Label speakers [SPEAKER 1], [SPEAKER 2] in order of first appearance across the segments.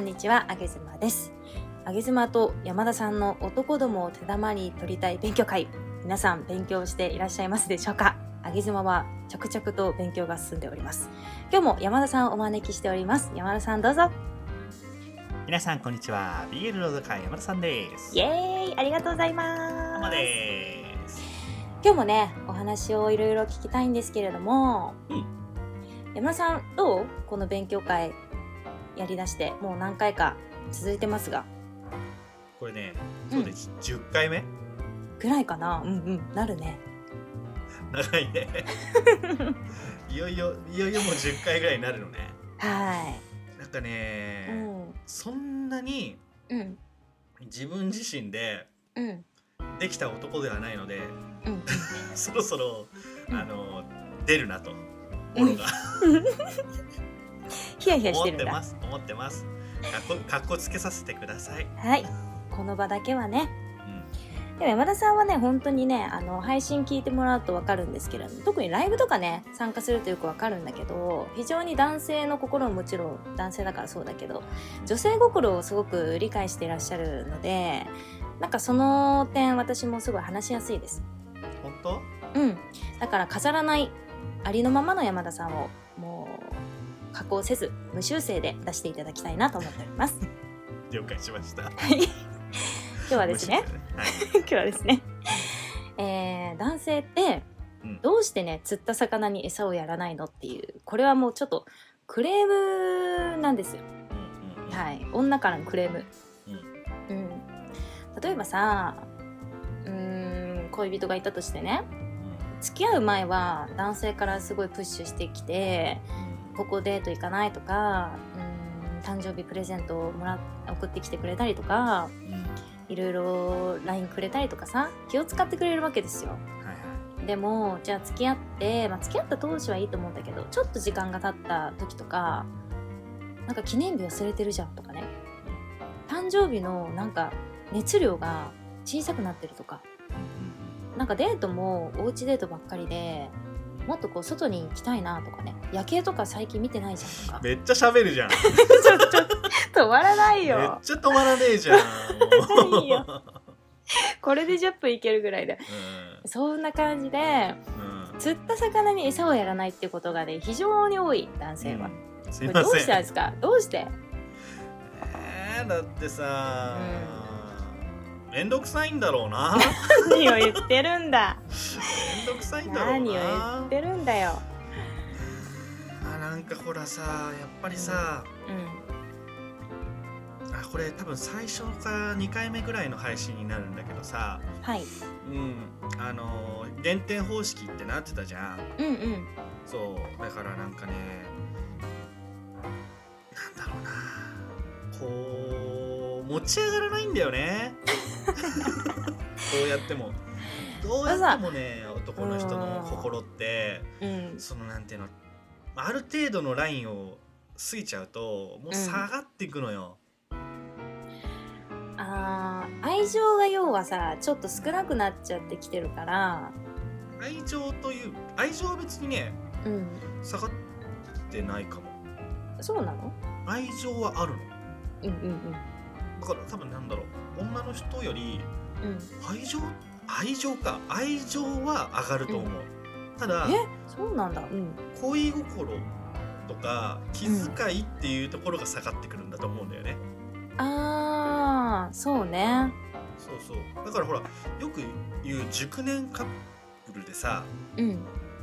[SPEAKER 1] にちはあげずまですあげずまと山田さんの男どもを手玉に取りたい勉強会皆さん勉強していらっしゃいますでしょうかあげずまは着々と勉強が進んでおります今日も山田さんをお招きしております山田さんどうぞ
[SPEAKER 2] 皆さんこんにちは BL ロード会山田さんです
[SPEAKER 1] イエーイありがとうございます
[SPEAKER 2] どうもです
[SPEAKER 1] 今日もねお話をいろいろ聞きたいんですけれども、
[SPEAKER 2] うん
[SPEAKER 1] 山田さんどうこの勉強会やりだしてもう何回か続いてますが
[SPEAKER 2] これねそうです、10回目
[SPEAKER 1] ぐらいかなうんうんなるね
[SPEAKER 2] 長 いねいよいよいよいよもう10回ぐらいになるのね
[SPEAKER 1] は
[SPEAKER 2] なんか
[SPEAKER 1] い
[SPEAKER 2] ね、
[SPEAKER 1] うん
[SPEAKER 2] そんなに
[SPEAKER 1] うん
[SPEAKER 2] 自分自身で
[SPEAKER 1] うん
[SPEAKER 2] できた男ではないので
[SPEAKER 1] うん
[SPEAKER 2] そろそろ
[SPEAKER 1] うん
[SPEAKER 2] あの出るなとものが
[SPEAKER 1] ヒヤヒヤし
[SPEAKER 2] 思
[SPEAKER 1] て
[SPEAKER 2] っ
[SPEAKER 1] るん
[SPEAKER 2] て
[SPEAKER 1] だ
[SPEAKER 2] ます思ってますかっこかっこつけさせてください、
[SPEAKER 1] はいこの場だけはね
[SPEAKER 2] うん、
[SPEAKER 1] でも山田さんはね本当にねあの配信聞いてもらうと分かるんですけれども特にライブとかね参加するとよく分かるんだけど非常に男性の心ももちろん男性だからそうだけど女性心をすごく理解していらっしゃるのでなんかその点私もすごい話しやすいです
[SPEAKER 2] 本当
[SPEAKER 1] うんだから飾らないありのままの山田さんをもう加工せず無修正で出していただきたいなと思っており ます
[SPEAKER 2] 了解しました
[SPEAKER 1] 今日はですね
[SPEAKER 2] 無視だよはい
[SPEAKER 1] 今日はですね、 えー男性って
[SPEAKER 2] うん
[SPEAKER 1] どうしてね釣った魚に餌をやらないのっていうこれはもうちょっとクレームなんですよ
[SPEAKER 2] うんうんうん
[SPEAKER 1] はい女からのクレームうん、例えばさうーん恋人がいたとしてね付き合う前は男性からすごいプッシュしてきてここデート行かないとかうーん誕生日プレゼントをもらっ送ってきてくれたりとか
[SPEAKER 2] うんうん
[SPEAKER 1] いろいろ LINE くれたりとかさ気を使ってくれるわけですよ
[SPEAKER 2] はいは
[SPEAKER 1] でもじゃあ付き合って、まあ、付き合った当時はいいと思うんだけどちょっと時間が経った時とかなんか記念日忘れてるじゃんとかね誕生日のなんか熱量が小さくなってるとか
[SPEAKER 2] いうん
[SPEAKER 1] なんかデートもおうちデートばっかりでもっとこう外に行きたいなとかね夜景とか最近見てないじゃんとか
[SPEAKER 2] めっちゃ喋るじゃん。めっ
[SPEAKER 1] 止まらない
[SPEAKER 2] ちゃ止まらねえじゃん。もう
[SPEAKER 1] いいよこれで10分いけるぐらいでそんな感じで
[SPEAKER 2] うんうん
[SPEAKER 1] 釣った魚に餌をやらないっていうことがね非常に多い男性は、
[SPEAKER 2] うんす
[SPEAKER 1] こ
[SPEAKER 2] い
[SPEAKER 1] れど
[SPEAKER 2] ま
[SPEAKER 1] うしてなん
[SPEAKER 2] せん
[SPEAKER 1] で。すかどうして
[SPEAKER 2] えーだってさ、めんどくさいんだろうな。
[SPEAKER 1] 何を言ってるんだ
[SPEAKER 2] めんどくさいんだろう
[SPEAKER 1] 何を
[SPEAKER 2] な。
[SPEAKER 1] 言ってるんだよ
[SPEAKER 2] あなんかほらさ、やっぱりさ、
[SPEAKER 1] う
[SPEAKER 2] あこれ多分最初か2回目ぐらいの配信になるんだけどさ、
[SPEAKER 1] んはい
[SPEAKER 2] うん、あの減点方式ってなってたじゃん。
[SPEAKER 1] うんうん
[SPEAKER 2] そうだからなんかねなんだろうなこう持ち上がらないんだよねどうやってもどうやってもね男の人の心って
[SPEAKER 1] うん
[SPEAKER 2] そのなんていうのある程度のラインを過ぎちゃうともう下がっていくのよ、
[SPEAKER 1] あー愛情が要はさちょっと少なくなっちゃってきてるから
[SPEAKER 2] 愛情という愛情は別にね
[SPEAKER 1] うん
[SPEAKER 2] 下がってないかも
[SPEAKER 1] そうなの
[SPEAKER 2] 愛情はあるの
[SPEAKER 1] うんうん
[SPEAKER 2] だから多分なんだろう女の人より
[SPEAKER 1] うんうん
[SPEAKER 2] 愛情愛情か愛情は上がると思う、ただ
[SPEAKER 1] えそうなんだうん
[SPEAKER 2] 恋心とか気遣いっていうところが下がってくるんだと思うんだよね、
[SPEAKER 1] あーそうね
[SPEAKER 2] そうそうだからほらよく言う熟年カップルでさ
[SPEAKER 1] うん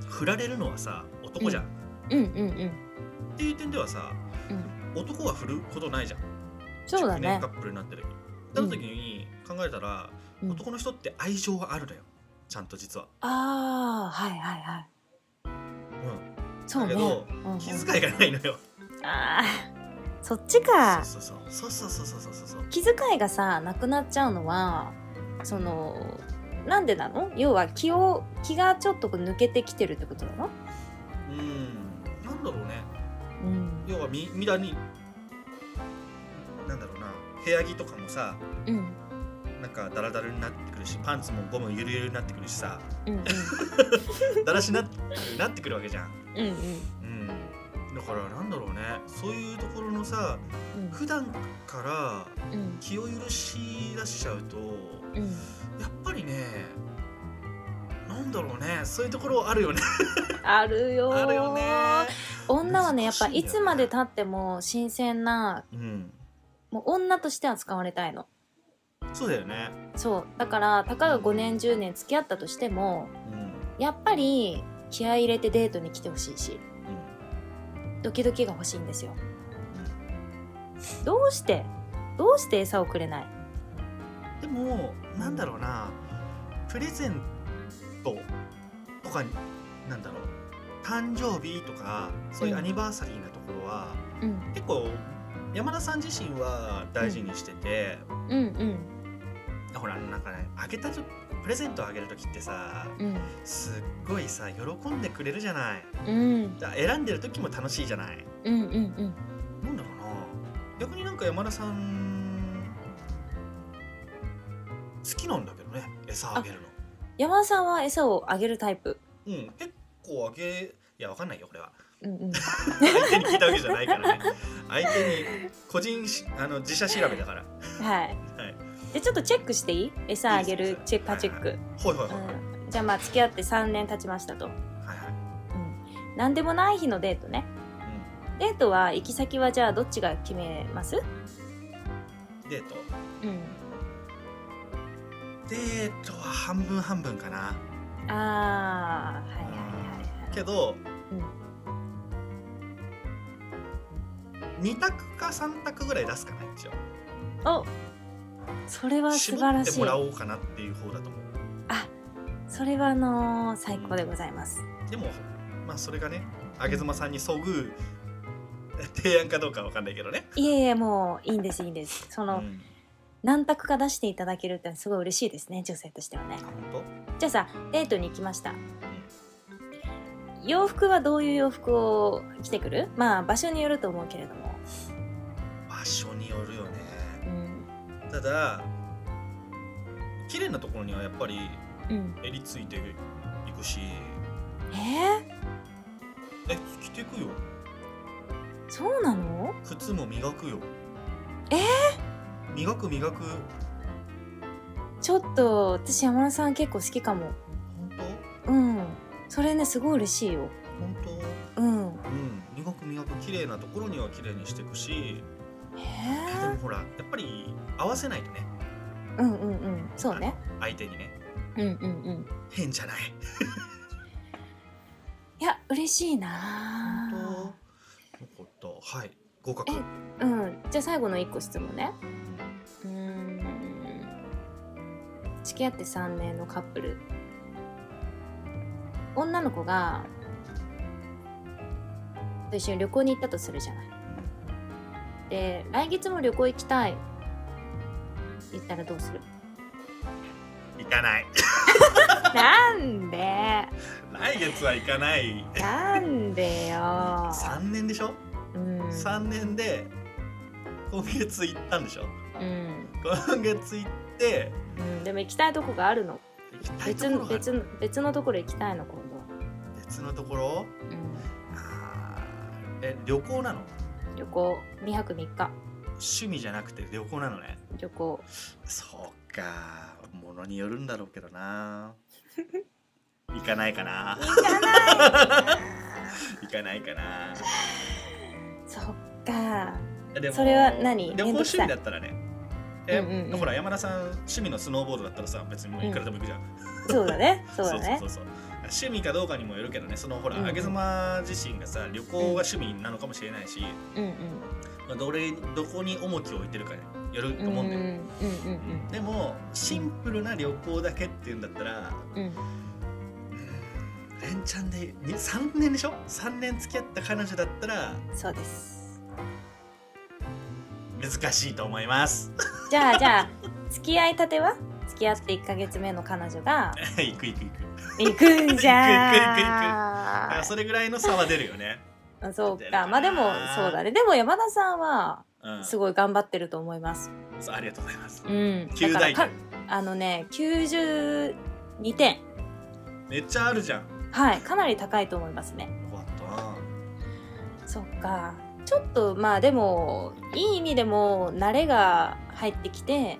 [SPEAKER 2] 振られるのはさ男じゃん、
[SPEAKER 1] うんうんうん
[SPEAKER 2] っていう点ではさ、男は振ることないじゃん
[SPEAKER 1] そうだ
[SPEAKER 2] 熟年
[SPEAKER 1] ね
[SPEAKER 2] カップルになってる時なった時に考えたら、
[SPEAKER 1] うん
[SPEAKER 2] 男の人って愛情はあるのよちゃんと実は、
[SPEAKER 1] あーはいはいはい
[SPEAKER 2] うん、
[SPEAKER 1] そうね
[SPEAKER 2] だけど
[SPEAKER 1] うんうん
[SPEAKER 2] 気遣いがないのよ
[SPEAKER 1] あーそっちか
[SPEAKER 2] そうそうそうそうそうそうそうそうそう
[SPEAKER 1] 気遣いがさなくなっちゃうのはそのなんでなの要は気を気がちょっとこう抜けてきてるってことなの、
[SPEAKER 2] うんなんだろうね
[SPEAKER 1] うん、
[SPEAKER 2] 要はみ乱になんだろうな部屋着とかもさ
[SPEAKER 1] うん
[SPEAKER 2] なんかダラダラになってくるしパンツもゴムゆるゆるになってくるしさ
[SPEAKER 1] うんうん
[SPEAKER 2] だらしななってくるわけじゃん、
[SPEAKER 1] うん
[SPEAKER 2] うん、でだからなんだろうねそういうところのさ普段から
[SPEAKER 1] うん うん
[SPEAKER 2] 気を許し出しちゃうと
[SPEAKER 1] うん
[SPEAKER 2] やっぱりねなんだろうねそういうところあるよね
[SPEAKER 1] あるよー
[SPEAKER 2] あるよね
[SPEAKER 1] 女はねやっぱ
[SPEAKER 2] 難しい
[SPEAKER 1] い
[SPEAKER 2] んだよ
[SPEAKER 1] つ
[SPEAKER 2] ね
[SPEAKER 1] までたっても新鮮な
[SPEAKER 2] うん
[SPEAKER 1] もう女として扱われたいの
[SPEAKER 2] そうだよね
[SPEAKER 1] そうだからたかが5年10年付き合ったとしても
[SPEAKER 2] うん
[SPEAKER 1] やっぱり気合い入れてデートに来てほしいしドキドキが欲しいんですよどうしてどうして餌をくれない
[SPEAKER 2] でもなんだろうなプレゼントとかになんだろう誕生日とかそういうアニバーサリーなところは、
[SPEAKER 1] うん
[SPEAKER 2] 結構山田さん自身は大事にしてて、
[SPEAKER 1] うん
[SPEAKER 2] ほらなんかねあげたとプレゼントをあげる時ってさ
[SPEAKER 1] うん
[SPEAKER 2] すっごいさ喜んでくれるじゃない
[SPEAKER 1] うんうん
[SPEAKER 2] だ選んでる時も楽しいじゃない
[SPEAKER 1] うんうんうん
[SPEAKER 2] なんだろうな逆になんか山田さん好きなんだけどね餌あげるの
[SPEAKER 1] 山田さんは餌をあげるタイプ
[SPEAKER 2] うん結構あげいやわかんないよこれは
[SPEAKER 1] うんうん
[SPEAKER 2] 相手に聞いたわけじゃないからね相手に個人しあの自社調べだから
[SPEAKER 1] はい
[SPEAKER 2] はい
[SPEAKER 1] でちょっとチェックしていい餌あげ
[SPEAKER 2] いい
[SPEAKER 1] る
[SPEAKER 2] です
[SPEAKER 1] チェ
[SPEAKER 2] よ
[SPEAKER 1] ッカーチェック、
[SPEAKER 2] ほいほいほいほい、
[SPEAKER 1] うん、じゃあまあ付き合って3年経ちましたと、う
[SPEAKER 2] はいはい
[SPEAKER 1] ん、何でもない日のデートねデートは行き先はじゃあどっちが決めます
[SPEAKER 2] うんデート
[SPEAKER 1] うん
[SPEAKER 2] デートは半分半分かな
[SPEAKER 1] ああはいはいはいはい
[SPEAKER 2] けど、
[SPEAKER 1] うん
[SPEAKER 2] 二択か三択ぐらい出すかな一応
[SPEAKER 1] おそれは素
[SPEAKER 2] 絞
[SPEAKER 1] 晴
[SPEAKER 2] っ
[SPEAKER 1] ら
[SPEAKER 2] て
[SPEAKER 1] し
[SPEAKER 2] も
[SPEAKER 1] い
[SPEAKER 2] らおうかなっていう方だと思う
[SPEAKER 1] それはあのー最高でございます
[SPEAKER 2] でもまあそれがねあげ妻さんにそぐ提案かどうかわかんないけどね、
[SPEAKER 1] いえいえもういいんですいいんですそうの、
[SPEAKER 2] ん、
[SPEAKER 1] 何択か出していただけるってすごい嬉しいですね女性としてはね
[SPEAKER 2] あ本
[SPEAKER 1] じゃあさデートに行きました洋服はどういう洋服を着てくるまあ場所によると思うけれども、
[SPEAKER 2] 当場所によるよね
[SPEAKER 1] うん
[SPEAKER 2] ただ綺麗なところにはやっぱり
[SPEAKER 1] うん、
[SPEAKER 2] 襟ついていくし
[SPEAKER 1] え
[SPEAKER 2] え着てくよ
[SPEAKER 1] ー、そうなの
[SPEAKER 2] 靴も磨くよ
[SPEAKER 1] え
[SPEAKER 2] 磨く磨く
[SPEAKER 1] ちょっと私山田さん結構好きかも
[SPEAKER 2] 本
[SPEAKER 1] うんそれねすごい嬉しいよ
[SPEAKER 2] 当本当
[SPEAKER 1] うん
[SPEAKER 2] うん磨く磨く綺麗なところには綺麗にしていくしで
[SPEAKER 1] え
[SPEAKER 2] もほらやっぱり合わせないとね
[SPEAKER 1] ー、うんうんうんそうね
[SPEAKER 2] 相手にね
[SPEAKER 1] うんうんうん
[SPEAKER 2] 変じゃない
[SPEAKER 1] いや嬉しいな
[SPEAKER 2] 本当よかったはい合格
[SPEAKER 1] えぁうんじゃあ最後の一個質問ねうーん付き合って3年のカップル女の子がと一緒に旅行に行ったとするじゃないで来月も旅行行きたい言ったらどう する
[SPEAKER 2] 行かない
[SPEAKER 1] なんで
[SPEAKER 2] 来月は行かない
[SPEAKER 1] なんでよ
[SPEAKER 2] 3年でしょ
[SPEAKER 1] うん
[SPEAKER 2] 3年で今月行ったんでしょ
[SPEAKER 1] うん
[SPEAKER 2] 今月行って
[SPEAKER 1] うん、でも行きたいとこがあるの
[SPEAKER 2] 行きたい
[SPEAKER 1] 別
[SPEAKER 2] ところ
[SPEAKER 1] の
[SPEAKER 2] が
[SPEAKER 1] 別の別のところ行きたいの今
[SPEAKER 2] 別のところ
[SPEAKER 1] 度、うん、
[SPEAKER 2] あーえ旅行なの
[SPEAKER 1] 旅行2泊3日
[SPEAKER 2] 趣味じゃなくて旅行なのね
[SPEAKER 1] 旅行
[SPEAKER 2] そうかものによるんだろうけ どな行かないかな
[SPEAKER 1] 行かない
[SPEAKER 2] 行かないかな
[SPEAKER 1] そっか
[SPEAKER 2] でも
[SPEAKER 1] それは何面
[SPEAKER 2] 旅行
[SPEAKER 1] 倒く
[SPEAKER 2] 趣
[SPEAKER 1] さい
[SPEAKER 2] 味だったらねえ、
[SPEAKER 1] うんうんうん
[SPEAKER 2] ほら山田さん趣味のスノーボードだったらさ別にもういくらでも行くじゃん、
[SPEAKER 1] そうだねそうだね
[SPEAKER 2] そうそうそう趣味かどうかにもよるけどねそのほら、
[SPEAKER 1] うんうん
[SPEAKER 2] あげ妻自身がさ旅行が趣味なのかもしれないし、
[SPEAKER 1] うんうん
[SPEAKER 2] まあ、どれどこに重きを置いてるかによると思うんだよ、
[SPEAKER 1] うんうん
[SPEAKER 2] でもシンプルな旅行だけっていうんだったら、
[SPEAKER 1] うんうん
[SPEAKER 2] うん、レンチャンでに3年でしょ3年付き合った彼女だったら
[SPEAKER 1] そうです
[SPEAKER 2] 難しいと思います
[SPEAKER 1] じゃあじゃあ付き合いたては付き合って1か月目の彼女 が
[SPEAKER 2] 行く行く行く
[SPEAKER 1] 行くんじ
[SPEAKER 2] だか
[SPEAKER 1] ゃ
[SPEAKER 2] らそれぐらいの差は出るよね、
[SPEAKER 1] んそうかまあでもそうだねでも山田さんは
[SPEAKER 2] うん、
[SPEAKER 1] すごい頑張ってると思います
[SPEAKER 2] そうありがとうございます
[SPEAKER 1] うんだ
[SPEAKER 2] 9
[SPEAKER 1] か
[SPEAKER 2] 代
[SPEAKER 1] ら
[SPEAKER 2] で
[SPEAKER 1] かあのね92点
[SPEAKER 2] めっちゃあるじゃんよ
[SPEAKER 1] はいかなり高いと思いますね
[SPEAKER 2] かった
[SPEAKER 1] そっかちょっとまあでもいい意味でも慣れが入ってきて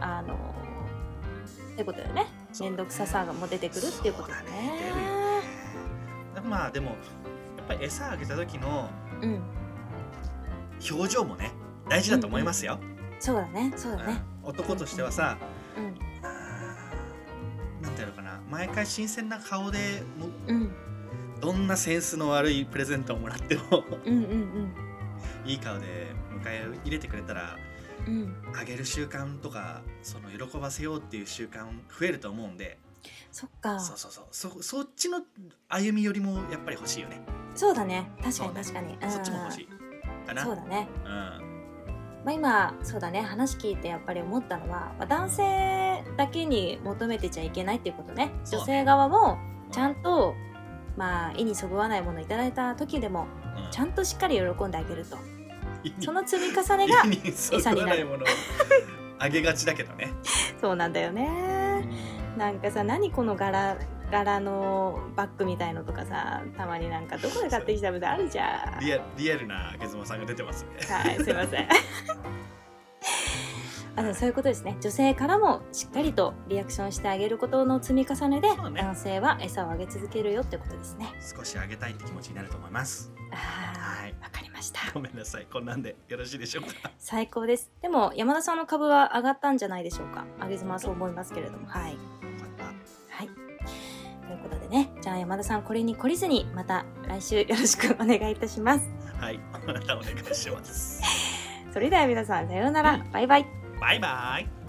[SPEAKER 1] あのってことだよね
[SPEAKER 2] そう
[SPEAKER 1] 面倒くささも出てくるっていうことだね
[SPEAKER 2] そうだね出るよねまあでもやっぱり餌あげた時の
[SPEAKER 1] うん
[SPEAKER 2] 表情もね大事だと思いますよ、
[SPEAKER 1] そうだねそうだね
[SPEAKER 2] うん男としてはさ、
[SPEAKER 1] うん
[SPEAKER 2] あーなんていうのかな毎回新鮮な顔でも
[SPEAKER 1] うん
[SPEAKER 2] どんなセンスの悪いプレゼントをもらっても
[SPEAKER 1] うんうん
[SPEAKER 2] いい顔で迎え入れてくれたら
[SPEAKER 1] うんうん
[SPEAKER 2] あげる習慣とかその喜ばせようっていう習慣増えると思うんで
[SPEAKER 1] そっか
[SPEAKER 2] そうそうそうそそっちの歩みよりもやっぱり欲しいよね
[SPEAKER 1] そうだね確
[SPEAKER 2] そう
[SPEAKER 1] か
[SPEAKER 2] ね
[SPEAKER 1] に確かに、うん
[SPEAKER 2] そっちも欲しいかな
[SPEAKER 1] そうだね
[SPEAKER 2] うん
[SPEAKER 1] まあ、今そうだね話聞いてやっぱり思ったのは、まあ男性だけに求めてちゃいけないっていうことね
[SPEAKER 2] そう
[SPEAKER 1] 女
[SPEAKER 2] ね
[SPEAKER 1] 性側もちゃんと、まあ、意にそぐわないものをいただいた時でも
[SPEAKER 2] うん
[SPEAKER 1] ちゃんとしっかり喜んであげると
[SPEAKER 2] 意味
[SPEAKER 1] その積み重ねが
[SPEAKER 2] 意味そぐわないものをあげがちだけどね、
[SPEAKER 1] そうなんだよねなんかさ何この柄柄のバッグみたいのとかさたまになんかどこで買ってきたみたいなのあるじゃん
[SPEAKER 2] リアリアルなあげ妻さんが出てますね
[SPEAKER 1] はい、すいません。 あのそういうことですね女性からもしっかりとリアクションしてあげることの積み重ねで、
[SPEAKER 2] そうね
[SPEAKER 1] 男性は餌をあげ続けるよってことですね
[SPEAKER 2] 少しあげたいって気持ちになると思います
[SPEAKER 1] は
[SPEAKER 2] はい
[SPEAKER 1] いわかりました
[SPEAKER 2] ごめんなさいこんなんでよろしいでしょうか
[SPEAKER 1] 最高ですでも山田さんの株は上がったんじゃないでしょうか上げ妻はそう思いますけれどもはいはいということでねじゃあ山田さんこれに懲りずにまた来週よろしくお願いいたします
[SPEAKER 2] はいまたお願いします
[SPEAKER 1] それでは皆さんさようなら、バイバイ
[SPEAKER 2] バイバイ